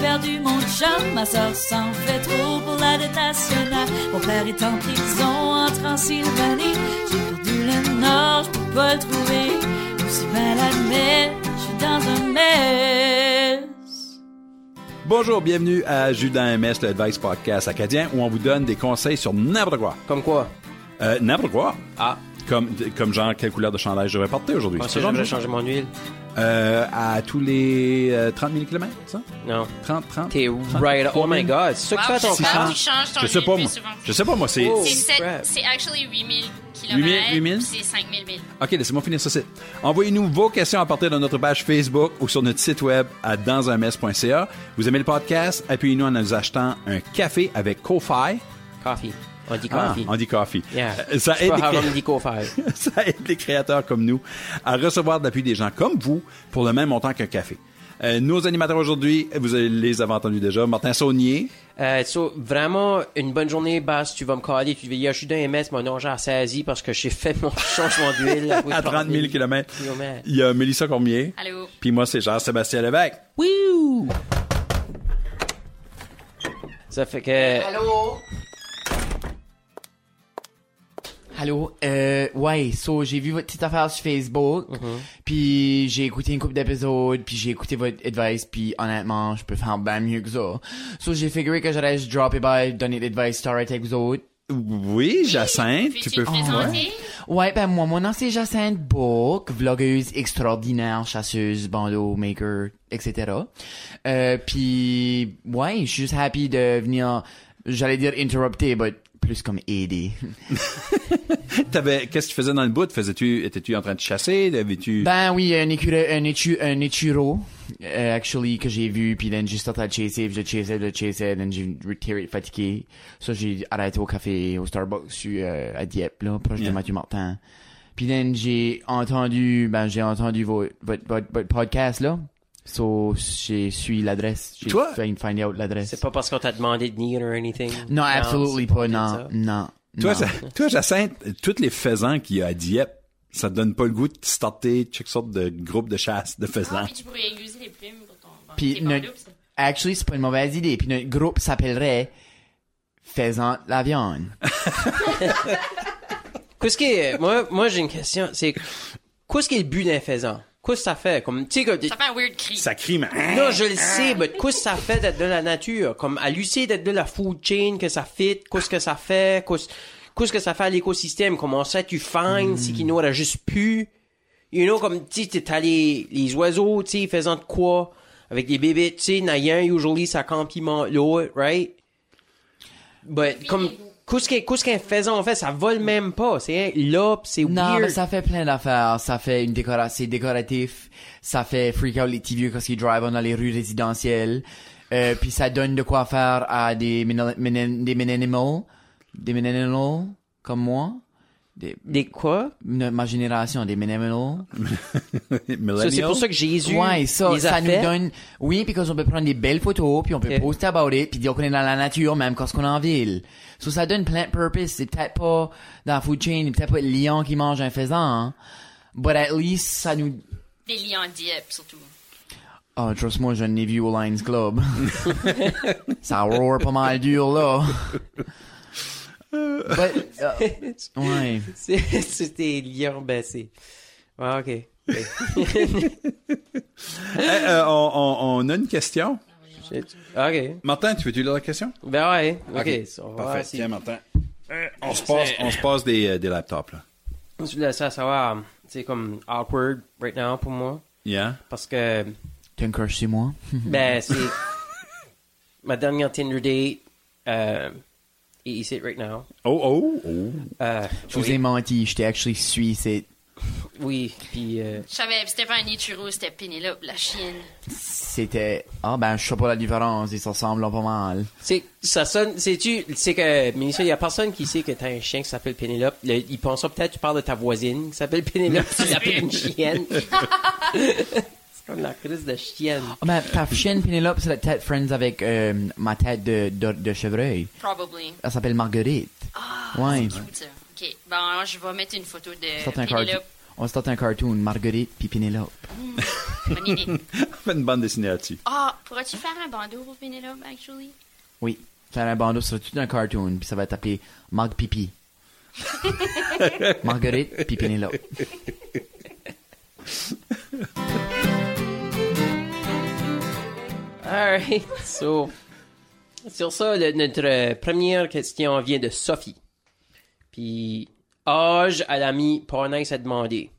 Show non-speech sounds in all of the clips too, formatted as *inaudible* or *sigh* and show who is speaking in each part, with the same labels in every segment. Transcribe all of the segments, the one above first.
Speaker 1: perdu mon chum. Ma soeur s'en fait trop pour la dette nationale. Mon père est en prison en Transylvanie. J'ai perdu le nord, je peux pas le trouver. Je suis mal à je suis dans un mess.
Speaker 2: Bonjour, bienvenue à Judas MS, le Advice Podcast acadien, où on vous donne des conseils sur n'importe quoi.
Speaker 3: Comme quoi?
Speaker 2: Euh, n'importe quoi.
Speaker 3: Ah.
Speaker 2: Comme, comme genre, quelle couleur de chandail je vais porter aujourd'hui.
Speaker 3: Moi
Speaker 2: C'est ce
Speaker 3: aussi,
Speaker 2: genre de
Speaker 3: j'aimerais
Speaker 2: choses.
Speaker 3: changer mon huile.
Speaker 2: Euh, à tous les euh, 30 000 km, ça?
Speaker 3: Non.
Speaker 2: 30, 30?
Speaker 3: T'es right. Oh my god, c'est ça que fait ton
Speaker 2: c'est
Speaker 3: père?
Speaker 2: ça.
Speaker 4: tu changes ton
Speaker 2: Je sais
Speaker 4: huile
Speaker 2: pas,
Speaker 4: plus
Speaker 2: moi.
Speaker 4: souvent.
Speaker 2: Je sais pas, moi, c'est...
Speaker 3: Oh.
Speaker 4: C'est sept-
Speaker 3: crap.
Speaker 4: C'est actually 8000
Speaker 2: 8000,
Speaker 4: km.
Speaker 2: 8000?
Speaker 4: C'est 5000 milles.
Speaker 2: OK, laissez-moi finir ça. c'est- Envoyez-nous vos questions à partir de notre page Facebook ou sur notre site web à dansunmess.ca. Vous aimez le podcast? Appuyez-nous en nous achetant un café avec Ko-Fi.
Speaker 3: Coffee. On dit
Speaker 2: Ah,
Speaker 3: coffee.
Speaker 2: on dit coffee.
Speaker 3: Yeah.
Speaker 2: Euh, *laughs* Ça aide,
Speaker 3: pas
Speaker 2: les
Speaker 3: grave,
Speaker 2: cré-
Speaker 3: on dit coffee.
Speaker 2: *laughs* ça aide les créateurs comme nous à recevoir de l'appui des gens comme vous pour le même montant qu'un café. Euh, nos animateurs aujourd'hui, vous les avez entendus déjà, Martin Saunier.
Speaker 3: Euh, so, vraiment, une bonne journée, Basse. Tu vas me caler. Tu vas dire, je suis d'un MS, mon nom, j'ai saisi parce que j'ai fait mon *laughs* changement d'huile. Oui,
Speaker 2: à 30 000 km.
Speaker 3: kilomètres.
Speaker 2: Il y a Mélissa Cormier.
Speaker 4: Allô?
Speaker 2: Puis moi, c'est Jean-Sébastien Lévesque.
Speaker 3: Ça fait que.
Speaker 5: Allô? Allô? Euh, ouais, so, j'ai vu votre petite affaire sur Facebook, puis j'ai écouté une couple d'épisodes, puis j'ai écouté votre advice, puis honnêtement, je peux faire bien mieux que ça. So, j'ai figuré que j'allais juste dropper by, donner l'advice direct avec vous autres.
Speaker 2: Oui, Jacinthe,
Speaker 4: Puis
Speaker 2: tu
Speaker 4: tu
Speaker 2: peux...
Speaker 4: te présenter?
Speaker 5: Ouais, ben moi, mon nom c'est Jacinthe Bourque, vlogueuse extraordinaire, chasseuse, bandeau, maker, etc. Euh, puis, ouais, je suis juste happy de venir, j'allais dire interrupter, but plus comme aider. *laughs*
Speaker 2: T'avais- Qu'est-ce que tu faisais dans le bout? Faisais-tu, étais-tu en train de chasser? Avais-tu...
Speaker 5: Ben oui, un écureuil, un échu, un échureau, euh, actually, que j'ai vu, puis then j'ai started à le chasser, puis je le chassais, je le chassais, then j'ai retiré fatigué. Ça, j'ai arrêté au café, au Starbucks, sur, euh, à Dieppe, là, proche
Speaker 2: Yeah.
Speaker 5: de Mathieu Martin. Puis then j'ai entendu, ben j'ai entendu votre, votre, votre, votre podcast, là. So, j'ai suis l'adresse. J'ai
Speaker 2: Toi?
Speaker 5: fait find out l'adresse.
Speaker 3: C'est pas parce qu'on t'a demandé de venir or anything.
Speaker 5: Non, absolutely
Speaker 3: c'est
Speaker 5: pas,
Speaker 3: ça.
Speaker 5: non, non.
Speaker 2: Toi,
Speaker 5: non.
Speaker 2: ça- toi, Jacinthe, tous les faisans qu'il y a à Dieppe, ça te donne pas le goût de starter chaque sorte de groupe de chasse de
Speaker 4: Ah,
Speaker 2: faisans.
Speaker 3: Bah.
Speaker 4: puis tu pourrais aiguiser les plumes pour ton. bon,
Speaker 5: Puis
Speaker 4: tes
Speaker 5: ne-
Speaker 4: bandeaux, puis ça.
Speaker 5: Actually, c'est pas une mauvaise idée. Puis notre groupe s'appellerait Faisant la viande.
Speaker 3: Qu'est-ce qui est- moi, moi, j'ai une question. C'est, qu'est-ce qui est le but d'un faisan? Qu'est-ce que ça fait? Comme, tu sais, comme-
Speaker 4: Ça fait un weird cri.
Speaker 2: Ça crie, mais...
Speaker 3: non, je le sais, mais qu'est-ce que ça fait d'être de la nature? Comme, à Lucie, d'être de la food chain, que ça fit, qu'est-ce que ça fait, qu'est-ce qu'est-ce que ça fait à l'écosystème? Comment ça, tu finds, si qu'il n'aurait juste pu? You know, comme, tu sais, t'es- t'as les, les oiseaux, tu sais, faisant de quoi? Avec des bébés, tu sais, Nayan, usually, ça campe, il mange l'autre, right? But, comme, qu'est-ce qu'un- qu'est-ce qu'un faisan fait? Ça vole même pas. C'est hein, là, pis c'est
Speaker 5: Non,
Speaker 3: weird.
Speaker 5: mais ça fait plein d'affaires. Ça fait une décoration, c'est décoratif. Ça fait freak out les petits vieux quand ils drive dans les rues résidentielles. Euh, puis ça donne de quoi faire à des min- min- des millennials, des millennials comme moi, des
Speaker 3: Des quoi?
Speaker 5: ne- ma génération des millennials.
Speaker 3: Ça, c'est pour ça que Jésus
Speaker 5: Ouais, ça,
Speaker 3: les a
Speaker 5: ça
Speaker 3: fait.
Speaker 5: nous donne. Oui, puis qu'on peut prendre des belles photos, puis on peut
Speaker 3: Ok.
Speaker 5: poster about it, puis dire qu'on est dans la nature, même quand on est en ville. So, ça donne plein de purpose. C'est peut-être pas dans la food chain, c'est peut-être pas le lion qui mange un faisan. hein. But at least ça nous.
Speaker 4: Des liens en Dieppe, surtout.
Speaker 5: Oh, trust moi, je n'ai vu au Lions Club. *laughs* ça roar pas mal dur, là. But, euh, *laughs* ouais.
Speaker 3: C'est- *laughs* C'était lion baissé. Ouais, ah, ok. Ben,
Speaker 2: Eh, euh, on, on- on a une question.
Speaker 3: Shit. Ok.
Speaker 2: Martin, tu veux-tu lire la question?
Speaker 3: Ben ouais. Ok. ça, on va
Speaker 2: Parfait.
Speaker 3: voir si-
Speaker 2: Tiens, Martin. Euh, On se passe, on se passe des, euh, des laptops, là.
Speaker 3: Je voulais ça savoir. C'est comme awkward right now pour moi.
Speaker 2: Yeah.
Speaker 3: Parce que,
Speaker 5: Tu encourages chez moi?
Speaker 3: ben, c'est ma dernière Tinder date. Euh, il est ici right now.
Speaker 2: Oh, oh, oh.
Speaker 3: Euh,
Speaker 5: Je vous ai menti, j'étais actually suisse. et-
Speaker 3: oui. Puis, euh,
Speaker 4: Je savais, c'était pas un Ichiro, c'était Pénélope, la chienne.
Speaker 5: C'était. Ah, ben, je sais pas la différence, ils se ressemblent pas mal.
Speaker 3: c'est, ça sonne, sais-tu, c'est que, Mélissa, il y a personne qui sait que t'as un chien qui s'appelle Pénélope. Le- il pense peut-être, tu parles de ta voisine qui
Speaker 2: *laughs*
Speaker 3: s'appelle Pénélope, tu l'appelles une chienne. *laughs* c'est comme la crise de chienne.
Speaker 5: Ah ben, ta chienne Pénélope, c'est la tête friends avec euh, ma tête de, de, de chevreuil.
Speaker 4: Probably.
Speaker 5: Elle s'appelle Marguerite. ouais.
Speaker 4: Ça. Ok, bon, je vais mettre une photo de
Speaker 5: On se tente un
Speaker 4: Pénélope.
Speaker 5: cartoon. On se tente un cartoon, Marguerite puis Pénélope.
Speaker 4: Bonne idée.
Speaker 2: *laughs*
Speaker 3: *laughs*
Speaker 2: Fais une bande dessinée là-dessus.
Speaker 4: Ah, pourras-tu faire un bandeau pour Penelope, actually?
Speaker 5: Oui. Faire un bandeau sur tout un cartoon, puis ça va t'appeler Marg Pipi. Marguerite Pipinélope.
Speaker 3: Alright, so. Sur ça, le- notre première question vient de Sophie. Puis, âge à l'ami Pornice a demandé.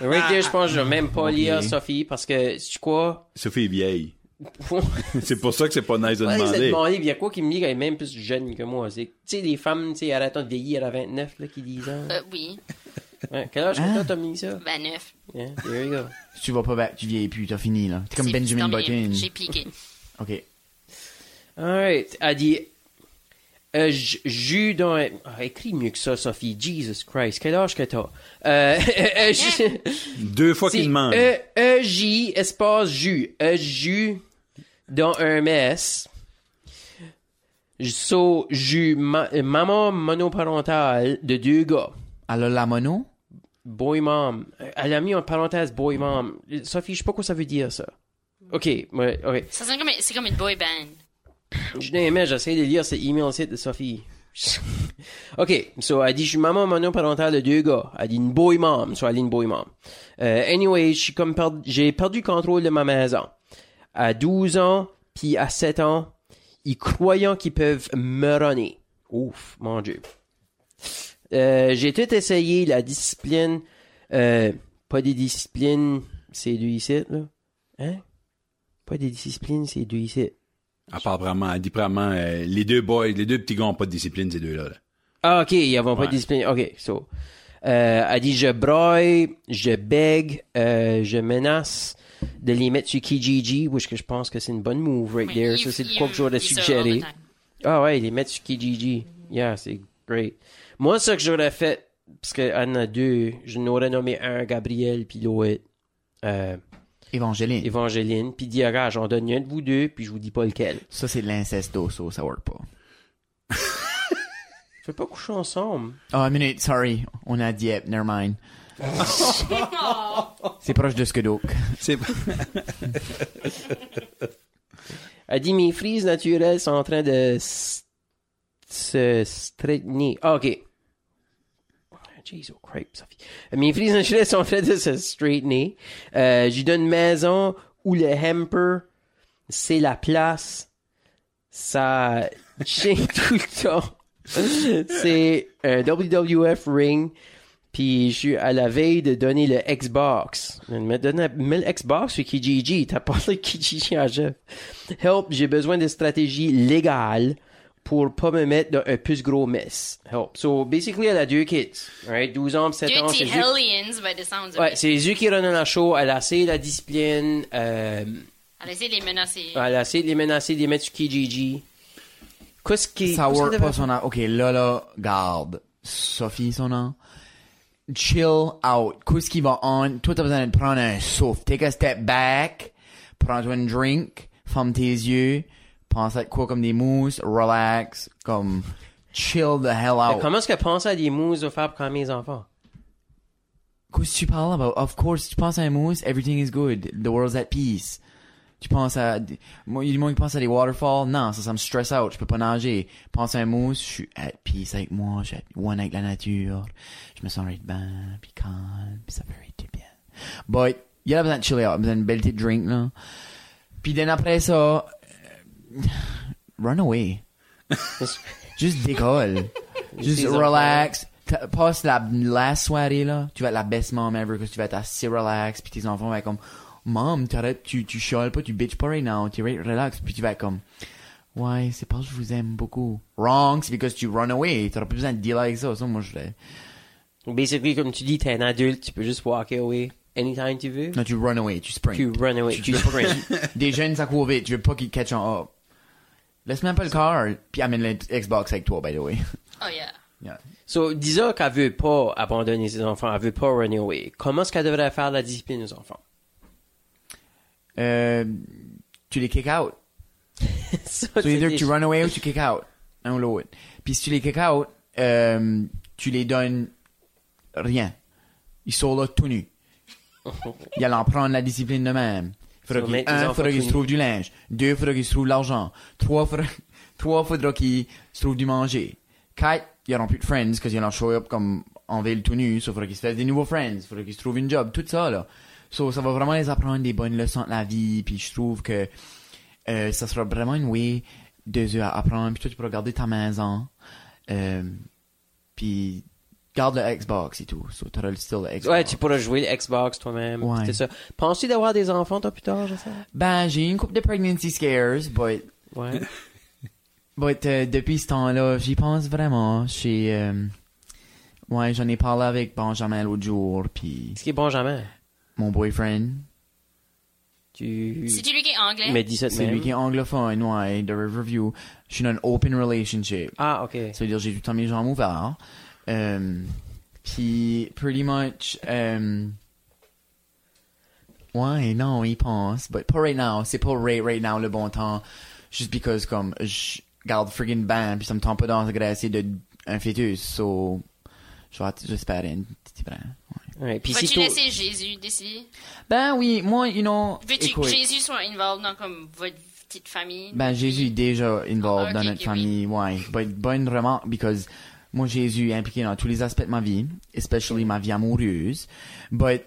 Speaker 3: right there, je pense que je vais même pas lire Sophie parce que, tu quoi?
Speaker 2: Sophie est vieille.
Speaker 3: *laughs* Pornice
Speaker 2: *laughs* C'est pour ça que c'est pas nice de
Speaker 3: a
Speaker 2: demander.
Speaker 3: demandé, puis il y a quoi qui me dit qu'elle est même plus jeune que moi? C'est, que, tu sais, les femmes, tu sais, arrêtent de vieillir à 29, là, qui disent, ans.
Speaker 4: Euh, oui.
Speaker 3: Ouais, quel âge que toi t'as mis ça?
Speaker 4: Ben, neuf.
Speaker 3: Yeah, there you go.
Speaker 5: Si tu vas pas back, tu vieillis plus, t'as fini, là. T'es comme
Speaker 4: C'est- c'est
Speaker 5: Benjamin
Speaker 4: terminé.
Speaker 5: Button.
Speaker 4: J'ai piqué.
Speaker 5: Ok.
Speaker 3: Alright, elle dit. Euh, j- jus dans. Ah, écris mieux que ça, Sophie. Jesus Christ, quel âge que t'as? Euh, *laughs* euh, jus-
Speaker 2: Deux fois
Speaker 3: c'est
Speaker 2: Hein? qu'il demande.
Speaker 3: E, E, J, espace jus. E, jus dans un mess. So, jus, ma- euh, maman monoparentale de deux gars.
Speaker 5: Alors, la mono?
Speaker 3: Boy mom. Euh, Elle a mis en parenthèse boy mom. Euh, Sophie, je sais pas quoi ça veut dire, ça. Ok, ouais, ok.
Speaker 4: Ça sonne comme, c'est comme une boy band.
Speaker 3: Je n'aimais, j'essaie de lire ce email site de Sophie. *laughs* ok, so elle dit, je suis maman monoparentale de deux gars. Elle dit une boy mom, so elle dit une boy mom. Euh, anyway, je suis comme perd- j'ai perdu le contrôle de ma maison. À 12 ans, puis à 7 ans, ils croyant qu'ils peuvent me runner. Ouf, mon dieu. Euh, j'ai tout essayé, la discipline, euh, pas des disciplines, c'est deux ici, là. Hein? Pas des disciplines, c'est deux ici.
Speaker 2: À part vraiment, elle dit vraiment, euh, les deux boys, les deux petits gars ont pas de discipline, ces deux-là. là.
Speaker 3: Ah, ok, ils n'avaient pas
Speaker 2: Ouais.
Speaker 3: de discipline. Ok, so. Euh, elle dit je broye, je bègue, euh, je menace de les mettre sur Kijiji, which que je pense que c'est une bonne move right there. Ça, c'est le quoi que j'aurais suggéré. Ah ouais, les mettre sur Kijiji. Yeah, c'est great. Moi, ce que j'aurais fait, parce qu'il y en a deux, je n'aurais nommé un Gabriel puis l'autre euh,
Speaker 5: Évangeline.
Speaker 3: Évangeline, puis dire, Regarde, j'en donne un de vous deux, puis je vous dis pas lequel.
Speaker 5: ça, c'est de l'inceste d'osso, ça work pas.
Speaker 3: Je veux pas coucher ensemble.
Speaker 5: Oh, une minute, sorry. On a Dieppe, never mind. c'est proche de Skedok.
Speaker 2: C'est
Speaker 3: Elle dit mes frises naturelles sont en train de s- se straightener. Ah, ok. Jeez, oh crap, Sophie. Mes frises naturelles sont en train de se straightener. Euh, J'ai donne une maison où le hamper, c'est la place. Ça chien *laughs* tout le temps. c'est un WWF ring. Puis je suis à la veille de donner le Xbox. Me donner mets le Xbox sur Kijiji. T'as pas le Kijiji en jeu. Help, j'ai besoin de stratégie légale pour pas me mettre dans un plus gros mess. Help. So, basically, elle a deux kids. Right? 12 ans, 7 ans.
Speaker 4: Dirty
Speaker 3: c'est juste-
Speaker 4: Hellions, by the sounds of
Speaker 3: Ouais,
Speaker 4: it.
Speaker 3: c'est eux qui run la show. Elle a assez de la discipline. Euh,
Speaker 4: Alors, essayez de les menacer.
Speaker 3: elle a assez de les menacer, de les mettre sur Kijiji. Qu'est-ce qui.
Speaker 5: Ça
Speaker 3: qu'est-ce
Speaker 5: work
Speaker 3: qu'elle
Speaker 5: pas
Speaker 3: devait-
Speaker 5: son nom. Ok, là, là, garde. Sophie, son nom. Chill out. Qu'est-ce qui va on? Toi, t'as besoin de prendre un souffle. Take a step back. Prends-toi une drink. Ferme tes yeux. Pense à quoi comme des mousses. Relax. Comme, chill the hell
Speaker 3: Mais
Speaker 5: out.
Speaker 3: Comment est-ce qu'elle pense à des mousses au faire quand mes enfants? *laughs*
Speaker 5: Qu'est-ce que tu parles about? Of course, tu penses à un mousse, everything is good. The world's at peace. Tu penses à... Moi, il y a du monde qui pense à des waterfalls. Non, ça, ça me stress out. Je peux pas nager. Pense à un mousse, je suis at peace avec moi. Je suis at one avec la nature. Je me sens right bien, puis calme, puis ça fait right bien. But, il y a besoin de chiller out. besoin d'une belle petite drink, là. Puis, then après ça... *sighs* euh, run away.
Speaker 3: *laughs*
Speaker 5: Juste décolle. Juste
Speaker 3: Tes enfants.
Speaker 5: relax. T- Passe la la soirée, là. Tu vas être la best mom ever, que tu vas être assez relax, puis tes enfants vont être comme, Mom, t'arrêtes, tu, tu chiales pas, tu bitch pas right now, tu es relax, puis tu vas être comme, Ouais, c'est parce que je vous aime beaucoup. Wrong, c'est because tu run away. T'auras plus besoin de dealer avec ça. Ça, moi, je l'ai.
Speaker 3: Basically, comme tu dis, t'es un adulte, tu peux juste walk away anytime tu veux.
Speaker 5: Non, tu run away, tu sprint.
Speaker 3: Tu run away, tu sprint.
Speaker 5: *laughs* Des jeunes, ça court vite, tu veux pas qu'ils catch en up. Laisse même pas le car, puis amène le Xbox avec toi, by the way. *laughs*
Speaker 4: Oh, yeah.
Speaker 5: Yeah.
Speaker 3: so, disons qu'elle veut pas abandonner ses enfants, elle veut pas run away. Comment est-ce qu'elle devrait faire la discipline aux
Speaker 5: *laughs*
Speaker 3: enfants?
Speaker 5: Euh, tu les kick out.
Speaker 3: Ça, *laughs*
Speaker 5: So
Speaker 3: c'est
Speaker 5: either
Speaker 3: des-
Speaker 5: tu run away ou tu kick out. Un ou l'autre. Puis si tu les kick out,
Speaker 3: *laughs*
Speaker 5: euh, tu les donnes rien. Ils sont là tout nus. Il allait en prendre la discipline de même.
Speaker 3: Ça
Speaker 5: Faudra
Speaker 3: va
Speaker 5: qu'il,
Speaker 3: mettre les
Speaker 5: un,
Speaker 3: enfants
Speaker 5: faudra qu'il se
Speaker 3: clean.
Speaker 5: trouve du linge. Deux, faudra qu'il se trouve de l'argent. Trois, faudra, *laughs* trois, faudra qu'il se trouve du manger. Quatre, ils auront plus de friends, parce qu'ils ont show up comme en ville tout nu, so faudra qu'ils se fassent des nouveaux friends, faudra qu'ils se trouvent une job, tout ça, là. So, ça va vraiment les apprendre des bonnes leçons de la vie, puis je trouve que, euh, ça sera vraiment une way de eux à apprendre, puis toi, tu peux regarder ta maison, euh, puis garde le Xbox et tout, so t'auras le style de Xbox.
Speaker 3: Ouais, tu pourras jouer les Xbox toi-même.
Speaker 5: Ouais.
Speaker 3: pis C'est ça. Penses-tu d'avoir des enfants, toi, plus tard, je
Speaker 5: *laughs*
Speaker 3: sais?
Speaker 5: Ben, j'ai eu une couple de pregnancy scares, but,
Speaker 3: Ouais.
Speaker 5: but euh, depuis ce temps-là, j'y pense vraiment. J'ai, euh, ouais, j'en ai parlé avec Benjamin l'autre jour, puis
Speaker 3: Ce qui est bon, jamais.
Speaker 5: mon boyfriend,
Speaker 3: Tu.
Speaker 4: C'est-tu lui qui est anglais?
Speaker 3: Mais dis ça de
Speaker 5: c'est
Speaker 3: même.
Speaker 5: lui qui est anglophone, ouais, de Riverview. Je suis dans une open relationship.
Speaker 3: Ah, ok.
Speaker 5: Ça veut dire j'ai tout le temps mes jambes ouvertes. hein. Euh, puis, pretty much, euh, ouais, non, il pense, but pas right now. C'est pas right, right now le bon temps. Juste because, comme, je garde friggin' ban, puis ça me tente pas d'engraisser de un fœtus, so, je vais att- j'espère une petite brin. ouais.
Speaker 3: Ouais. Puis si
Speaker 4: Vas-tu
Speaker 3: toi-
Speaker 4: laisser Jésus décider?
Speaker 5: Ben oui, moi, you know,
Speaker 4: Veux-tu
Speaker 5: écoute,
Speaker 4: que Jésus soit involved dans comme votre petite famille?
Speaker 5: ben Jésus est déjà involved
Speaker 4: Ah, ok,
Speaker 5: dans notre
Speaker 4: ok, oui.
Speaker 5: famille, ouais, but bonne remarque, because moi, Jésus est impliqué dans tous les aspects de ma vie, especially ma vie amoureuse. But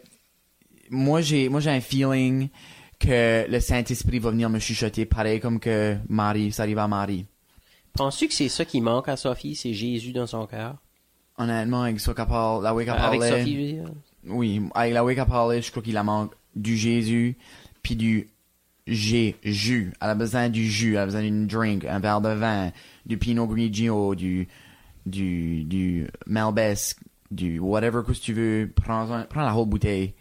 Speaker 5: moi, j'ai, moi, j'ai un feeling que le Saint-Esprit va venir me chuchoter, pareil comme que Marie, ça arrive à Marie.
Speaker 3: Penses-tu que c'est ça qui manque à Sophie, c'est Jésus dans son cœur? Euh,
Speaker 5: Honnêtement, avec ça qu'elle parle, la way
Speaker 4: Euh,
Speaker 5: qu'elle
Speaker 3: Avec
Speaker 5: parlait-
Speaker 3: Sophie, je veux dire.
Speaker 5: oui, avec la way qu'elle parlait, je crois qu'il la manque du Jésus, puis du Jésus. Elle a besoin du jus, elle a besoin d'une drink, un verre de vin, du Pinot Grigio, du, du, du Malbec, du whatever que tu veux. Prends, un- prends la whole bouteille.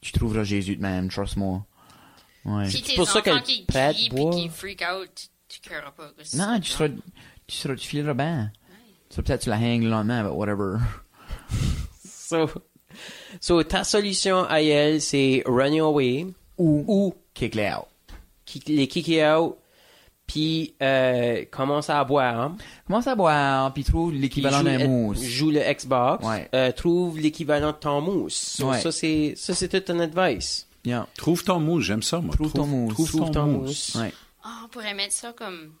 Speaker 5: Tu trouveras Jésus de même, trust-moi. Ouais.
Speaker 4: Puis tes
Speaker 3: pour ça
Speaker 4: enfants
Speaker 3: qu'elle
Speaker 4: qui
Speaker 3: prête,
Speaker 4: crient puis
Speaker 3: boit.
Speaker 4: qui freak out, tu, tu cœuras pas. que c'est
Speaker 5: Non,
Speaker 4: ça,
Speaker 5: tu seras, tu seras, tu fileras bien. Tu seras peut-être tu la hang le lendemain, but whatever.
Speaker 3: So, so, ta solution à elle, c'est run away,
Speaker 5: Ou, kick it out.
Speaker 3: kick- les kick it out, puis euh, commence à boire. hein.
Speaker 5: Commence à boire, puis trouve
Speaker 3: Puis
Speaker 5: l'équivalent
Speaker 3: joue
Speaker 5: d'un
Speaker 3: le-
Speaker 5: mousse.
Speaker 3: Joue le Xbox,
Speaker 5: Ouais.
Speaker 3: euh, trouve l'équivalent de ton mousse. So,
Speaker 5: Ouais.
Speaker 3: Ça, c'est ça, c'est tout ton advice.
Speaker 5: Yeah.
Speaker 2: Trouve ton mousse, j'aime ça, moi.
Speaker 5: Trouve ton mousse.
Speaker 2: Trouve,
Speaker 3: Trouve
Speaker 2: ton,
Speaker 3: ton
Speaker 2: mousse.
Speaker 3: mousse.
Speaker 5: Ouais.
Speaker 4: Ah, on pourrait mettre ça comme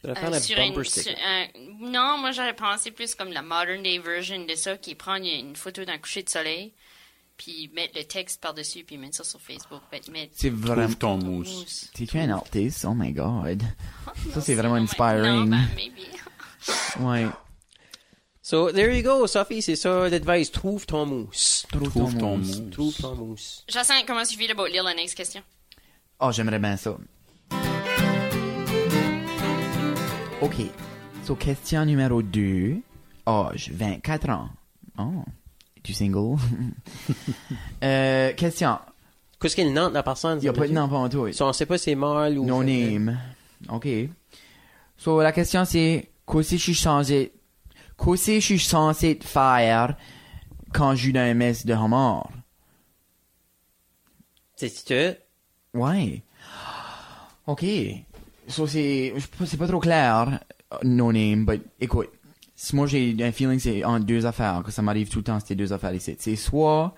Speaker 3: Tu devrais
Speaker 4: euh,
Speaker 3: faire la
Speaker 4: sur
Speaker 3: bumper
Speaker 4: une.
Speaker 3: sticker.
Speaker 4: sur un- non, moi j'aurais pensé plus comme la modern day version de ça, qui prend une, une photo d'un coucher de soleil, puis mettre le texte par-dessus, puis mettre ça sur Facebook. Fait- mettre
Speaker 5: C'est vraiment.
Speaker 2: Trouve ton
Speaker 4: ton
Speaker 2: mousse.
Speaker 4: mousse.
Speaker 5: T'es-tu un artiste? Oh my god. Ça, c'est vraiment
Speaker 4: Non,
Speaker 5: inspiring.
Speaker 4: ben, maybe. *laughs*
Speaker 5: Ouais.
Speaker 3: So, there you go, Sophie, c'est ça l'advice. Trouve ton mousse.
Speaker 5: Trouve,
Speaker 2: Trouve ton
Speaker 5: mousse.
Speaker 2: mousse.
Speaker 3: Trouve ton mousse.
Speaker 4: Jacinthe, comment tu feel about lire la next question?
Speaker 5: Oh, j'aimerais bien ça. Ok. So, question numéro 2. Âge, 24 ans. Oh. Es-tu single? *laughs* euh, question.
Speaker 3: Qu'est-ce qu'elle nante, la personne?
Speaker 5: Y a pas de nom en tout.
Speaker 3: So, on sait pas si c'est mâle ou...
Speaker 5: No name. Ok. So, la question c'est, qu'est-ce que je suis censé, qu'est-ce que je suis censé faire quand j'ai eu un mess de homard?
Speaker 3: C'est tout.
Speaker 5: Ouais. Ok. So, c'est, je sais pas- c'est pas trop clair, euh, no name, but écoute. si Moi, j'ai un feeling que c'est en deux affaires, que ça m'arrive tout le temps, ces deux affaires ici. C'est soit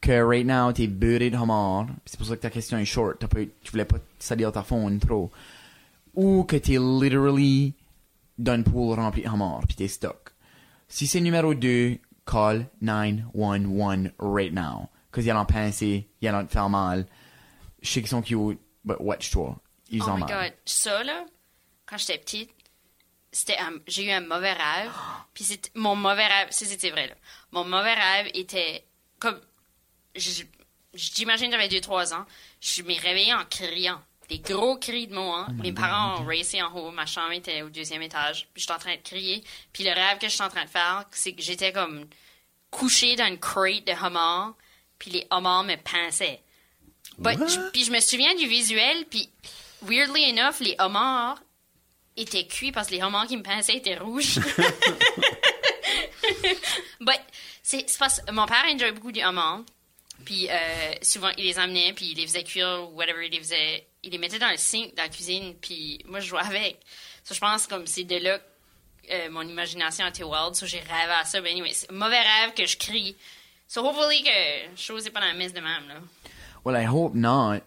Speaker 5: que right now, t'es beurré de homard, pis c'est pour ça que ta question est short, t'as pas, tu voulais pas salir ta faune trop. Ou que t'es literally dans une pool rempli de homard, pis t'es stuck. Si c'est numéro 2, call 911 right now. Cause ils en penser, ils allons te faire mal. Je sais qu'ils sont cute, but watch-toi. Ils
Speaker 4: oh
Speaker 5: ont
Speaker 4: my
Speaker 5: mal.
Speaker 4: god, ça là, quand j'étais petite, c'était un- j'ai eu un mauvais rêve. Puis c'est mon mauvais rêve, si c'était vrai là. Mon mauvais rêve était comme je- j'imagine j'avais 2 3 ans, je me réveillais en criant, des gros cris de moi. hein. Mes parents ont racé en haut, ma chambre était au deuxième étage, puis j'étais en train de crier. Puis le rêve que j'étais en train de faire, c'est que j'étais comme couchée dans une crate de homards, puis les homards me pinçaient. But- je- Puis je me souviens du visuel, puis weirdly enough, les homards étaient cuits parce que les homards qui me pinçaient étaient rouges. *laughs* But c'est c'est parce mon père enjoy beaucoup du homard. Puis euh, souvent, il les emmenait, puis il les faisait cuire, ou whatever, il les faisait... Il les mettait dans le sink, dans la cuisine, puis moi, je jouais avec. Ça, je pense comme c'est de là que euh, mon imagination était wild. Ça, j'ai rêvé à ça. Mais anyway, c'est un mauvais rêve que je crie. So, hopefully que chose n'est pas dans la messe de même, là.
Speaker 5: Well, I hope not.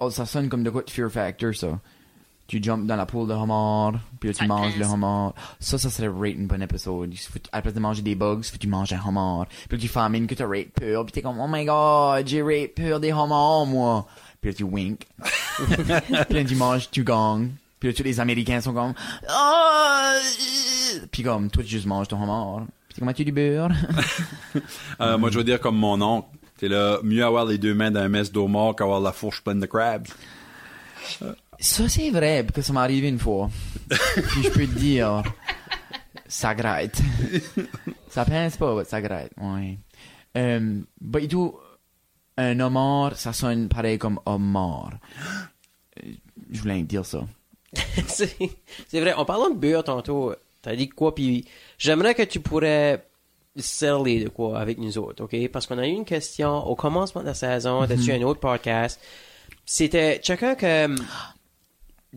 Speaker 5: Oh, ça sonne comme de quoi de Fear Factor, ça. Tu jumps dans la poule de homard, puis là, tu
Speaker 4: Ça te
Speaker 5: manges le
Speaker 4: pince.
Speaker 5: homard. Ça, ça serait rate un bon épisode. Il faut- à la place de manger des bugs, faut que tu manges un homard. Puis là, tu famines que t'as rate pur, puis t'es comme, oh my god, j'ai rate pur des homards, moi. Puis là, tu wink. puis là, tu manges, tu gong. Puis là, tous les Américains sont comme, oh! euh. Puis comme, toi, tu juste manges ton homard. Puis t'es comme, as-tu du beurre?
Speaker 2: Euh, Moi, je veux dire comme mon oncle. C'est là, mieux avoir les deux mains d'un mess d'eau mort qu'avoir la fourche pleine de crabs.
Speaker 5: Ça, c'est vrai, parce que ça m'est arrivé une fois. Puis je peux te dire, ça gratte. ça pince pas, mais ça gratte, ouais. Euh, bah, et tout, un homard, ça sonne pareil comme homard. Euh, Je voulais dire ça.
Speaker 3: *laughs* c'est c'est vrai. En parlant de beurre tantôt, t'as dit quoi, puis j'aimerais que tu pourrais serrer de quoi avec nous autres, OK? Parce qu'on a eu une question au commencement de la saison, t'as-tu un autre podcast? C'était chacun que...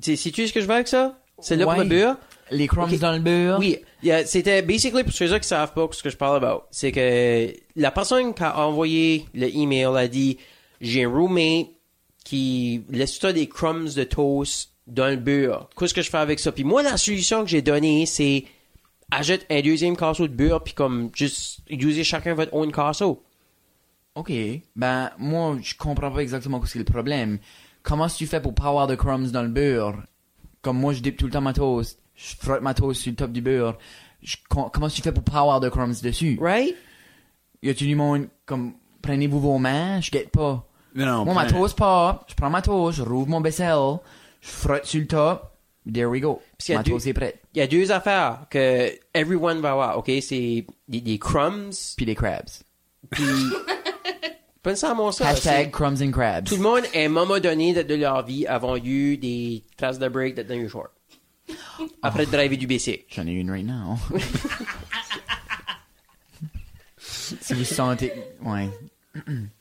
Speaker 3: Tu sais-tu ce que je veux avec ça? C'est là pour
Speaker 5: Ouais.
Speaker 3: le beurre?
Speaker 5: Les crumbs
Speaker 3: Ok.
Speaker 5: dans le beurre.
Speaker 3: Oui, yeah, c'était basically pour ceux qui savent pas ce que je parle about, c'est que la personne qui a envoyé le email a dit j'ai un roommate qui laisse toi des crumbs de toast dans le beurre. Qu'est-ce que je fais avec ça Puis moi la solution que j'ai donnée c'est ajoute un deuxième casseau de beurre puis comme juste usez chacun votre own casseau.
Speaker 5: Ok, ben, moi, je comprends pas exactement ce qu'est le problème. Comment est-ce que tu fais pour pas avoir de crumbs dans le beurre? Comme moi, je dip tout le temps ma toast. Je frotte ma toast sur le top du beurre. Je- com- comment est-ce que tu fais pour pas avoir de crumbs dessus?
Speaker 3: Right
Speaker 5: Y a-tu du monde comme prenez-vous vos mains, je guette pas.
Speaker 2: Mais non,
Speaker 5: Moi, ma
Speaker 2: prends-
Speaker 5: toast part, je prends ma toast, je rouvre mon vaisselle, je frotte sur le top, there we go.
Speaker 3: Parce qu'il y a
Speaker 5: Ma
Speaker 3: du-
Speaker 5: toast est prête.
Speaker 3: Il y a deux affaires que everyone va avoir, OK, c'est des, des crumbs
Speaker 5: Puis les crabs.
Speaker 3: puis Pense à mon ça. c'est-
Speaker 5: Hashtag crumbs and crabs.
Speaker 3: Tout le monde, à un moment donné de, de leur vie, avant eu des traces de break de Daniel Short. Après de driver du BC.
Speaker 5: J'en ai une right now. *laughs* si vous sentez. Ouais.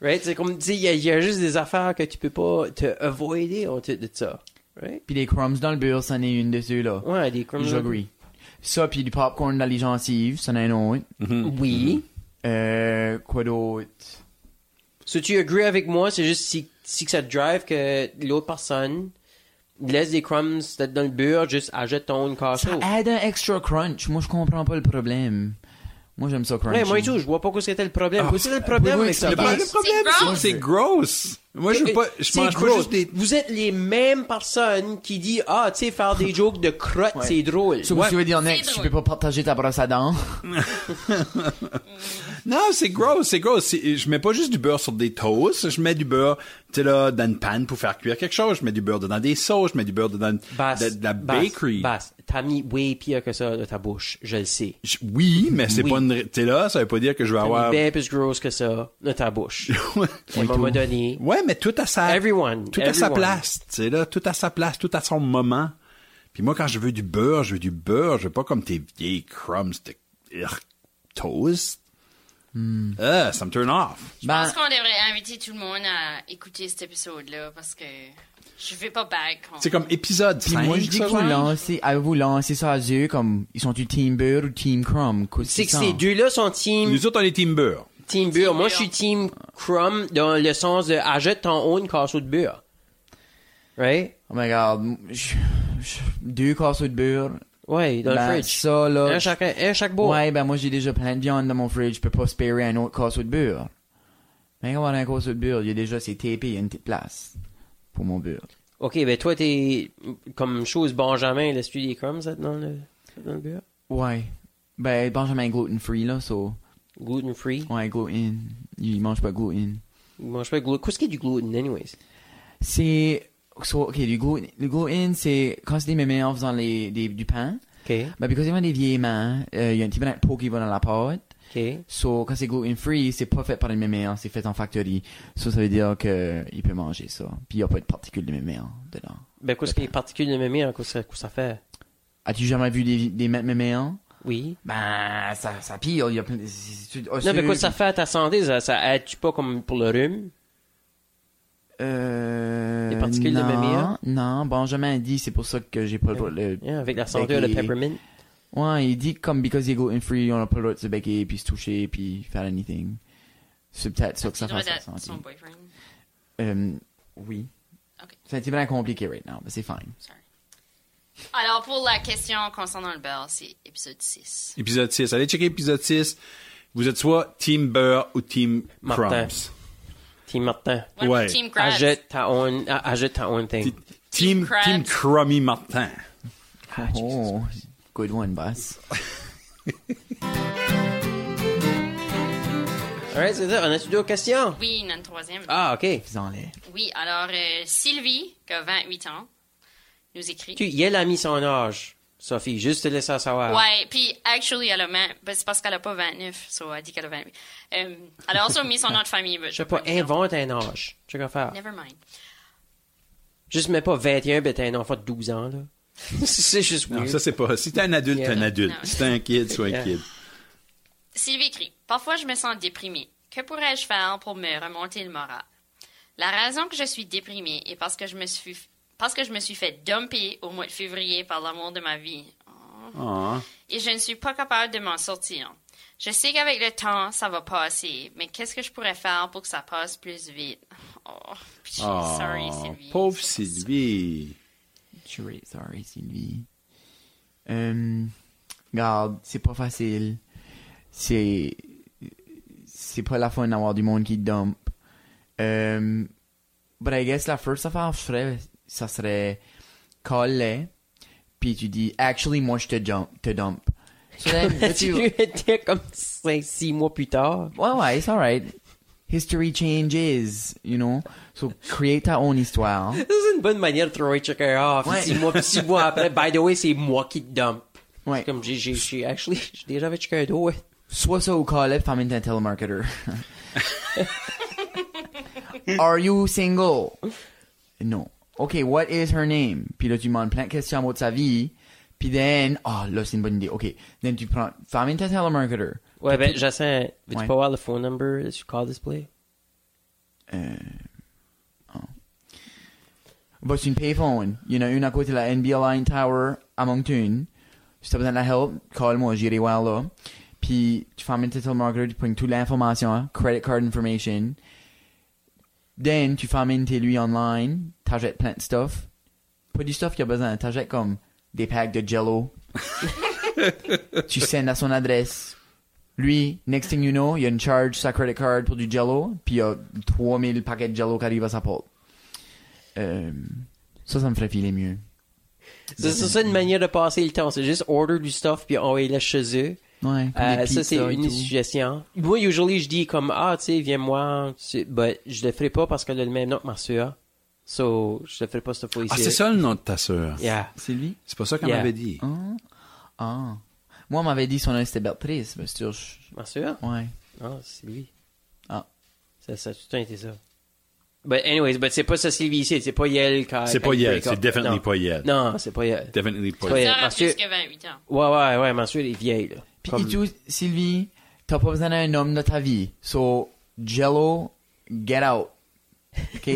Speaker 3: Right? C'est comme, tu sais, il y, a- il y a juste des affaires que tu peux pas te avoider en tête de ça. Right?
Speaker 5: Puis les crumbs dans le beurre, c'en est une dessus, là.
Speaker 3: Ouais, des criminals.
Speaker 5: J'agree. Ça, puis du popcorn dans les gencives, c'en est une autre.
Speaker 3: Oui.
Speaker 5: Euh, quoi d'autre?
Speaker 3: Si tu agree avec moi, c'est juste si, si que ça te drive que l'autre personne laisse des crumbs dans le beurre, juste ajoute ton own
Speaker 5: Ça
Speaker 3: casseau.
Speaker 5: aide un extra crunch. Moi, je comprends pas le problème. Moi, j'aime ça crunchy.
Speaker 3: Ouais, moi et tout, je vois pas que c'était le problème. Qu'est-ce que c'était le problème
Speaker 2: Oui,
Speaker 3: avec ça?
Speaker 2: le problème,
Speaker 4: C'est
Speaker 2: le problème,
Speaker 4: gross.
Speaker 2: c'est gross. Moi, je veux pas, je
Speaker 3: C'est
Speaker 2: mange pas
Speaker 3: gross.
Speaker 2: juste des...
Speaker 3: Vous êtes les mêmes personnes qui dit ah tu sais faire des jokes de crotte c'est drôle.
Speaker 5: So, tu veux dire next,
Speaker 4: C'est
Speaker 5: tu
Speaker 4: drôle.
Speaker 5: peux pas partager ta brosse à dents.
Speaker 2: Non, c'est gross, c'est gross. C'est- Je mets pas juste du beurre sur des toasts, je mets du beurre, tu sais là, dans une panne pour faire cuire quelque chose, je mets du beurre dans des sauces, je mets du beurre dans
Speaker 3: Basse,
Speaker 2: de, de la
Speaker 3: basse,
Speaker 2: bakery.
Speaker 3: Basse, t'as mis way pire que ça dans ta bouche, je le sais.
Speaker 2: Je- Oui, mais c'est
Speaker 3: Oui.
Speaker 2: pas une, tu sais là, ça veut pas dire que je vais
Speaker 3: T'as
Speaker 2: avoir.
Speaker 3: mis bien plus grosse que ça dans
Speaker 2: *laughs*
Speaker 3: ta bouche. à un moment donné,
Speaker 2: ouais, mais tout à sa,
Speaker 3: Everyone,
Speaker 2: tout à sa
Speaker 3: everyone.
Speaker 2: place, tu sais là, tout à sa place, tout à son moment. Puis moi, quand je veux du beurre, je veux du beurre, je veux pas comme tes vieilles crumbs de Urgh, toast.
Speaker 5: Hmm.
Speaker 2: Ah, ça me turn off.
Speaker 4: Je
Speaker 5: Ben,
Speaker 4: pense qu'on devrait inviter tout le monde à écouter cet épisode-là parce que je vais pas back. on-
Speaker 2: C'est comme épisode
Speaker 5: puis
Speaker 2: 5,
Speaker 5: moi, je dis que
Speaker 2: ça,
Speaker 5: vous
Speaker 2: genre.
Speaker 5: lancez, à vous lancer ça à yeux comme, ils sont du team beurre ou team crumb? Qu'est-ce
Speaker 3: c'est que
Speaker 5: ça?
Speaker 3: ces deux-là sont team
Speaker 2: hein. Nous autres, on est team beurre.
Speaker 3: team beurre. Moi,
Speaker 4: beurre.
Speaker 3: je suis team crumb dans le sens de ajoute ton own casseau de beurre. Right?
Speaker 5: Oh my god. je- je- Deux casseaux de beurre.
Speaker 3: Ouais, dans
Speaker 5: Ben,
Speaker 3: le fridge.
Speaker 5: ça, là.
Speaker 3: Un chacun, un chaque bout.
Speaker 5: Ouais, ben, moi, j'ai déjà plein de viande dans mon fridge, je peux pas sparer un autre casseau de beurre. Mais comment un casseau de beurre, il y a déjà, c'est TP, il y a une petite place. Pour mon beurre.
Speaker 3: Ok, ben toi t'es comme chose Benjamin, laisse-tu des crumbs ça, dans le dans le beurre?
Speaker 5: Ouais. Ben, Benjamin est gluten free, là, so.
Speaker 3: Gluten free.
Speaker 5: Ouais, gluten. Il mange pas gluten.
Speaker 3: Moi je fais gluten. Qu'est-ce qu'il y a du gluten anyways?
Speaker 5: C'est. so, ok, du gluten. Le gluten, c'est quand c'est des mémères en faisant les, des- du pain.
Speaker 3: Ok,
Speaker 5: Ben, parce qu'ils ont des vieilles mains, euh, il y a un petit brin de peau qui va dans la pâte.
Speaker 3: ok.
Speaker 5: So, quand c'est gluten free, c'est pas fait par les mémères, c'est fait en factory. So, ça veut dire que il peut manger ça. Puis il n'y a pas de particules de mémères dedans.
Speaker 3: Ben qu'est-ce qu'il y a de particulier de mémère? Qu'est-ce que qu'est-ce que ça fait?
Speaker 5: As-tu jamais vu des, des mé- mémères?
Speaker 3: Oui.
Speaker 5: Ben, ça, ça pire, il y a plein de. c'est- c'est-
Speaker 3: Non, mais
Speaker 5: osseux.
Speaker 3: quoi ça fait à ta santé? Ça, ça aide-tu pas comme pour le rhume?
Speaker 5: Euh.
Speaker 3: Des particules de
Speaker 5: non,
Speaker 3: mémères?
Speaker 5: Non, Benjamin a dit, c'est pour ça que j'ai pas le droit de le
Speaker 3: Hein, avec la
Speaker 5: Avec
Speaker 3: santé, le
Speaker 5: les-
Speaker 3: peppermint?
Speaker 5: Ouais, il dit comme because you're gluten free, on n'a pas le droit de se becquer, puis se toucher, puis faire anything. C'est peut-être ça que
Speaker 4: Tu
Speaker 5: ça
Speaker 4: dois
Speaker 5: fait
Speaker 4: être
Speaker 5: ça.
Speaker 4: son boyfriend.
Speaker 5: Euh, oui.
Speaker 4: Ok.
Speaker 5: Ça a été bien compliqué right now, mais c'est fine.
Speaker 4: Sorry. Alors, pour la question concernant le beurre, c'est épisode 6.
Speaker 2: Épisode 6. Allez checker épisode 6. Vous êtes soit Team Beurre ou Team
Speaker 3: Martin.
Speaker 2: Crumbs.
Speaker 3: Team Martin.
Speaker 4: What
Speaker 2: Ouais.
Speaker 4: about Team
Speaker 5: Ah,
Speaker 4: Crabs?
Speaker 3: Ajoute ta own, a- ajoute ta own thing.
Speaker 2: Team,
Speaker 4: Crabs.
Speaker 2: team Crummy Martin.
Speaker 5: oh, good one, boss.
Speaker 3: Alright, c'est ça. On a-tu deux questions?
Speaker 4: Oui, il y en a une troisième.
Speaker 3: Ah, ok.
Speaker 5: Faisons-les.
Speaker 4: Oui, alors euh, Sylvie, qui a 28 ans, nous écrit.
Speaker 3: Tu, elle a mis son âge, Sophie. Juste te laisser savoir.
Speaker 4: Ouais, puis actually, elle a vingt- ben, c'est parce qu'elle a pas 29, so elle dit qu'elle a 28. Euh, elle a aussi mis son nom de famille. mais
Speaker 3: Je sais pas, invente un âge. Tu vas faire.
Speaker 4: Never mind.
Speaker 3: Juste mets pas 21, ben t'es un enfant de 12 ans, là. *laughs* c'est juste
Speaker 2: Non,
Speaker 3: weird.
Speaker 2: ça c'est pas. Si t'es un adulte, t'es un
Speaker 3: Yeah.
Speaker 2: adulte.
Speaker 4: Non.
Speaker 2: Si t'es un kid, sois un
Speaker 3: Yeah.
Speaker 2: kid.
Speaker 4: Sylvie écrit Parfois, je me sens déprimée. Que pourrais-je faire pour me remonter le moral La raison que je suis déprimée est parce que je me suis, parce que je me suis fait dumper au mois de février par l'amour de ma vie. Oh.
Speaker 2: Ah.
Speaker 4: Et je ne suis pas capable de m'en sortir. Je sais qu'avec le temps, ça va passer, mais qu'est-ce que je pourrais faire pour que ça passe plus vite Oh, puis je suis
Speaker 2: Ah,
Speaker 4: sorry, Sylvie.
Speaker 2: Pauvre
Speaker 4: C'est pas ça.
Speaker 2: Sylvie.
Speaker 5: Sorry, sorry, Sylvie. Euh, Garde, c'est pas facile. C'est. C'est pas la fun d'avoir du monde qui dump. Euh, but I guess la first affaire, je ferais- ça serait. Coller. Puis tu dis, actually, moi, je te dump. Te dump.
Speaker 3: *laughs*
Speaker 5: So then, là,
Speaker 3: tu
Speaker 5: tu-
Speaker 3: lui étais comme 5-6 mois plus tard.
Speaker 5: Ouais, ouais, it's alright. History changes, you know? So, create ta own histoire.
Speaker 3: C'est une bonne manière de throw checker off.
Speaker 5: Ouais.
Speaker 3: 6 mois, 6 mois après, by the way, c'est moi qui te dump.
Speaker 5: Ouais.
Speaker 3: C'est Comme j'ai, j'ai, j'ai, actually, j'ai déjà avec checker d'eau, ouais.
Speaker 5: Soit ça ou call it, femme un telemarketer. *laughs* Are you single? Non. Ok, what is her name? Puis là, tu demandes plein de questions à propos de sa vie. Puis then, ah, là, c'est une bonne idée. Ok, then tu prends femme un telemarketer.
Speaker 3: Ouais, ben, Jacin, veux-tu
Speaker 5: Ouais.
Speaker 3: pas voir le phone number sur call display?
Speaker 5: Euh... Oh. Bah, c'est une payphone. Il y en a une à côté de la NBA Line Tower à Moncton. Si t'as besoin de la help, call-moi, j'irai voir là. Puis, tu fais un telemarketer, tu prends toute l'information, hein, credit card information. Then, tu fais un t'es lui online, t'achètes plein de stuff. Pas du stuff qu'il a besoin, t'achètes comme des packs de jello. tu sends à son adresse. Lui, next thing you know, il y a une charge sur sa credit card pour du Jello, puis il y a 3000 paquets de Jello qui arrivent à sa porte. Euh, ça, ça me ferait filer mieux.
Speaker 3: C'est, c'est ça une manière de passer le temps. C'est juste order du stuff puis envoyer-le chez eux.
Speaker 5: Ouais, comme
Speaker 3: Euh,
Speaker 5: des
Speaker 3: ça, c'est
Speaker 5: pizzas et
Speaker 3: une
Speaker 5: tout.
Speaker 3: suggestion. Moi, usually, je dis comme, ah, tu sais, viens-moi. Tu sais, Ben, je le ferai pas parce qu'elle a le même nom que ma soeur. So, je le ferai pas cette fois ici.
Speaker 2: Ah, c'est ça le nom de ta sœur.
Speaker 3: Yeah.
Speaker 5: C'est lui?
Speaker 2: C'est pas ça qu'on
Speaker 3: Yeah.
Speaker 2: m'avait dit.
Speaker 5: Hein? Ah. Moi, on m'avait dit son nom c'était Bertrice, mais c'est sûr, je-
Speaker 3: Ma soeur?
Speaker 5: Ouais.
Speaker 3: Ah, c'est lui.
Speaker 5: Ah.
Speaker 3: Ça, ça a tout le temps été ça. But anyways, but c'est pas ça Sylvie ici, c'est pas Yel qui a-
Speaker 2: C'est pas
Speaker 3: qui
Speaker 2: Yel,
Speaker 3: a break
Speaker 2: c'est
Speaker 3: up.
Speaker 2: definitely
Speaker 3: Non.
Speaker 2: pas Yel.
Speaker 3: Non, c'est pas Yel.
Speaker 2: Definitely pas
Speaker 3: Ouais.
Speaker 2: Yel.
Speaker 4: Ça aura
Speaker 3: parce
Speaker 4: plus
Speaker 3: que-
Speaker 4: que 28 ans.
Speaker 3: Ouais, ouais, ouais, ma soeur est vieille, là.
Speaker 5: Puis
Speaker 3: Comme-
Speaker 5: et tout, Sylvie, t'as pas besoin d'un homme de ta vie. So, Jello, get out. OK?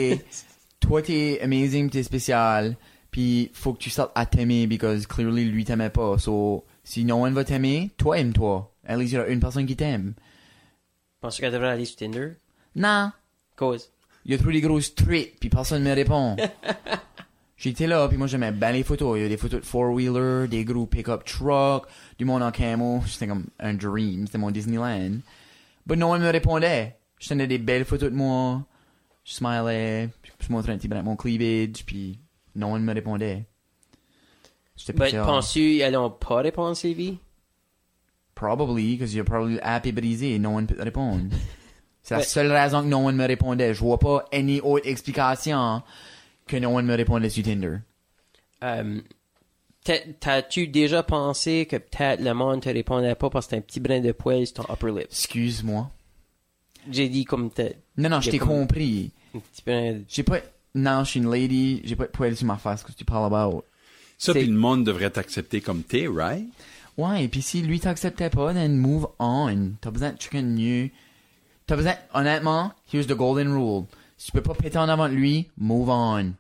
Speaker 5: Toi, t'es amazing, t'es spécial. Puis, faut que tu sortes à t'aimer, because clearly, lui t'aimait pas. So, si no one va t'aimer, toi, aime-toi. At least, il y a une personne qui t'aime.
Speaker 3: Penses-tu qu'elle devrait aller sur Tinder?
Speaker 5: Non.
Speaker 3: Cause.
Speaker 5: Il y a trop des grosses truites, puis personne me répond. J'étais là, puis moi, j'aimais bien les photos. Il y a des photos de four-wheeler, des gros pick-up trucks, du monde en camo. C'était comme un dream. C'était mon Disneyland. Mais no one me répondait. Je tenais des belles photos de moi. Je smilais. puis Je montrais un petit brin de mon cleavage, puis no one me répondait. J'étais pas
Speaker 3: But
Speaker 5: sûr.
Speaker 3: penses-tu qu'elle n'a pas répondre, Sylvie?
Speaker 5: Probably, because you're probably happy brisé. No one peut
Speaker 3: *laughs*
Speaker 5: te répondre. C'est la
Speaker 3: Ouais.
Speaker 5: seule raison que no one me répondait. Je vois pas any autre explication que no one me répondait sur Tinder.
Speaker 3: Euh, t'a- T'as-tu déjà pensé que peut-être le monde te répondait pas parce que t'as un petit brin de poil sur ton upper lip?
Speaker 5: Excuse-moi.
Speaker 3: J'ai dit comme t'as
Speaker 5: Non, non,
Speaker 3: Y
Speaker 5: je
Speaker 3: a
Speaker 5: t'ai
Speaker 3: comme-
Speaker 5: compris.
Speaker 3: un petit brin de...
Speaker 5: J'ai pas... Non, je suis une lady. J'ai pas de poils sur ma face. Qu'est-ce que tu parles about?
Speaker 2: Ça,
Speaker 3: C'est-
Speaker 2: puis le monde devrait t'accepter comme t'es, right?
Speaker 5: Ouais, et puis si lui t'acceptait pas, then move on. T'as besoin de chicken new. T'as besoin... Honnêtement, here's the golden rule. Si tu peux pas péter en avant de lui, move on.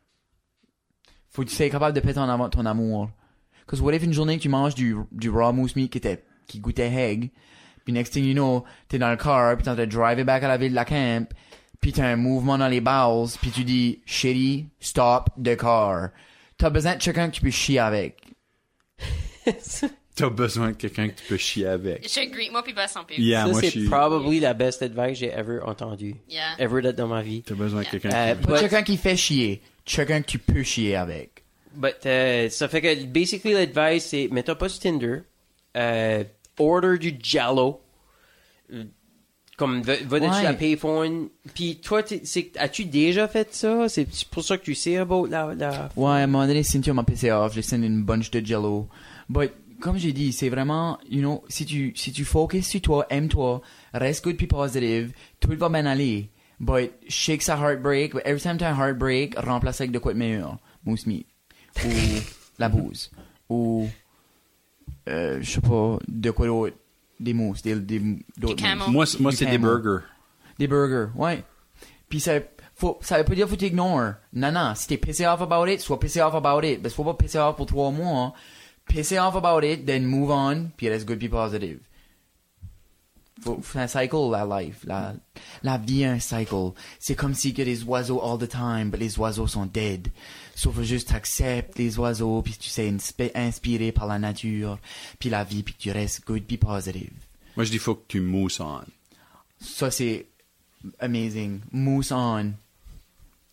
Speaker 5: Faut que tu sois capable de péter en avant de ton amour. Cause what if une journée que tu manges du, du raw mousse meat qui était... qui goûtait egg, Puis next thing you know, t'es dans le car, puis t'es en train de driver back à la ville de la camp, puis t'as un mouvement dans les bowels, puis tu dis « Chérie, stop the car ». T'as besoin de quelqu'un que tu peux chier avec.
Speaker 2: T'as besoin de quelqu'un que tu peux chier avec.
Speaker 4: Je agree. Moi, puis Bass en plus.
Speaker 2: Yeah,
Speaker 3: Ça,
Speaker 2: moi, je
Speaker 3: c'est
Speaker 2: suis...
Speaker 3: probably la best advice que j'ai ever entendu.
Speaker 4: Yeah.
Speaker 3: Ever that dans ma vie.
Speaker 2: T'as besoin de quelqu'un
Speaker 3: Euh,
Speaker 2: qui...
Speaker 5: Pas
Speaker 3: but-
Speaker 5: quelqu'un qui fait chier, quelqu'un que tu peux chier avec.
Speaker 3: But, euh, ça fait que, basically, l'advice, c'est, mets-toi pas sur Tinder, euh, order du Jallo, Euh, comme, va, va
Speaker 5: Ouais.
Speaker 3: dessus la payphone, puis toi, t'es- c'est- as-tu déjà fait ça? C'est c'est pour ça que tu sais about la... la...
Speaker 5: Ouais, à un moment donné, Cynthia m'a pissé off, j'ai send une bunch de jello. But, comme j'ai dit, c'est vraiment, you know, si tu, si tu focus sur toi, aime-toi, reste good puis positive, tout va bien aller. But, shake sa heartbreak, but every time t'as un heartbreak, remplace avec de quoi de meilleur. Mousse meat. *laughs* Ou la bouse. Ou, euh, je sais pas, de quoi d'autre. Des mousses, des, des, d'autres
Speaker 4: Du camel.
Speaker 5: mousses.
Speaker 2: Moi, c'est- moi,
Speaker 5: Du
Speaker 2: c'est des
Speaker 5: camel.
Speaker 2: burgers.
Speaker 5: Des burgers, ouais. Puis ça, faut, ça veut pas dire faut t'ignore. Non, non, si t'es pissé off about it, sois pissé off about it. Parce qu'il faut pas pissé off pour trois mois. hein. Pissé off about it, then move on, puis reste good puis positive. Faut, c'est un cycle, la life. La, la vie est un cycle. C'est comme si que les oiseaux all the time, but les oiseaux sont dead. Sauf juste t'acceptes les oiseaux, puis tu sais, inspi- inspiré par la nature, puis la vie, puis tu restes good puis positive.
Speaker 2: Moi, je dis, faut que tu mousses on.
Speaker 5: Ça, c'est amazing. Mousse on.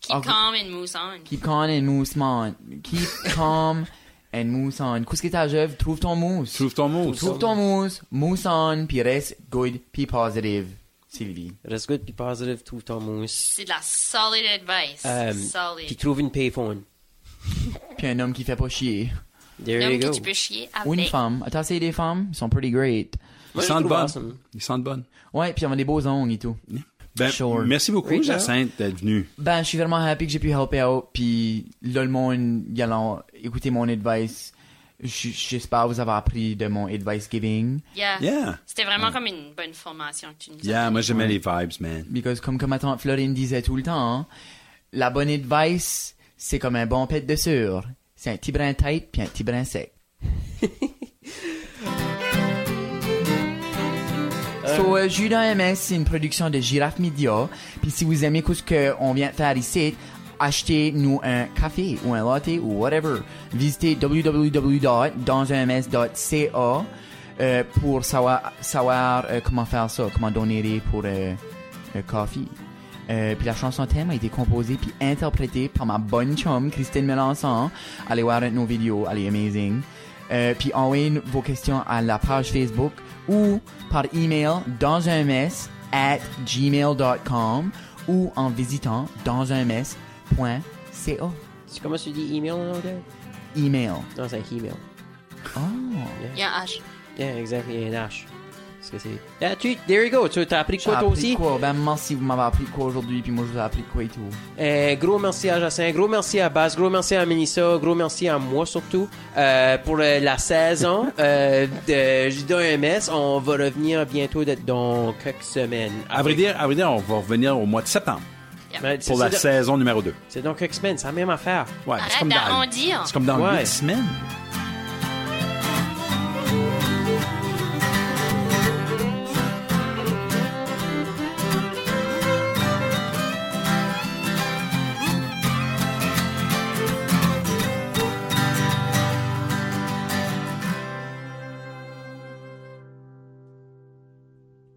Speaker 4: Keep
Speaker 5: Ok.
Speaker 4: calm and move on.
Speaker 5: Keep calm and mousse on.
Speaker 4: *laughs*
Speaker 5: Keep calm and mousse on. Qu'est-ce que t'as jeuf? Trouve ton mousse.
Speaker 2: Trouve ton mousse.
Speaker 5: Trouve ton mousse. Mousse on. Puis reste good puis positive. Sylvie.
Speaker 3: Reste good, puis positive, trouve ton mousse.
Speaker 4: C'est de la solid advice.
Speaker 3: Euh,
Speaker 2: Um,
Speaker 4: solid.
Speaker 3: puis trouve une payphone.
Speaker 5: Puis un homme qui fait pas chier.
Speaker 3: There
Speaker 4: L'homme
Speaker 3: you go.
Speaker 4: que tu peux chier avec.
Speaker 5: Ou une femme. T'as essayé des femmes? Elles sont pretty great.
Speaker 2: Ils
Speaker 3: Moi, je
Speaker 2: sentent
Speaker 3: trouve
Speaker 2: bon.
Speaker 3: awesome.
Speaker 2: Ils sentent bon.
Speaker 5: Ouais, puis elles ont des beaux ongles et tout.
Speaker 2: Ben,
Speaker 5: Sure.
Speaker 2: merci beaucoup,
Speaker 3: Right now.
Speaker 2: Jacinthe, d'être venu.
Speaker 5: Ben, je suis vraiment happy que j'ai pu help out. Puis là, le monde, ils allons écouter mon advice. J- J'espère vous avoir appris de mon advice giving.
Speaker 4: Yeah.
Speaker 2: Yeah.
Speaker 4: C'était vraiment comme une bonne formation que tu nous as
Speaker 2: Yeah,
Speaker 4: donnée.
Speaker 2: moi, j'aimais les vibes, man.
Speaker 5: Because comme, comme ma tante Florine disait tout le temps, hein, la bonne advice, c'est comme un bon pet de sur. C'est un petit brin tête puis un petit brin sec. So, euh, Judas MS, c'est une production de Girafe Media. Puis si vous aimez ce qu'on vient de faire ici, achetez-nous un café ou un latte ou whatever. Visitez www.dansms.ca euh, pour savoir, savoir euh, comment faire ça, comment donner pour euh, un coffee. Euh, puis la chanson thème a été composée puis interprétée par ma bonne chum Christine Melançon. Allez voir une de nos vidéos, elle est amazing. Euh, puis envoyez vos questions à la page Facebook ou par email dans un mess at gmail.com ou en visitant dans un mess.ca.
Speaker 3: Tu- Comment tu dis email en anglais?
Speaker 5: Email.
Speaker 3: Non, c'est un email. Ah.
Speaker 5: Oh.
Speaker 4: Il y a un H.
Speaker 3: Yeah, exactly, il y a un H. Parce que c'est... Yeah, tu... There you go, tu t'as appris quoi
Speaker 5: J'ai
Speaker 3: toi
Speaker 5: appris
Speaker 3: aussi?
Speaker 5: quoi? Ben merci, vous m'avez appris quoi aujourd'hui, puis moi je vous ai appris quoi et tout.
Speaker 3: Euh, gros merci à Jacin, gros merci à Bass, gros merci à Minissa, gros merci à moi surtout euh, pour euh, la saison euh, de Judas MS. On va revenir bientôt d'être dans quelques semaines.
Speaker 2: À vrai dire, à vrai dire, on va revenir au mois de septembre
Speaker 3: Ouais, c'est
Speaker 2: pour
Speaker 3: ça,
Speaker 2: la
Speaker 3: de-
Speaker 2: saison numéro 2.
Speaker 3: C'est dans quelques semaines, c'est la même affaire.
Speaker 2: Ouais,
Speaker 4: Arrête
Speaker 2: c'est comme dans,
Speaker 4: d'arrondir.
Speaker 2: c'est comme dans
Speaker 3: Ouais.
Speaker 2: huit semaines.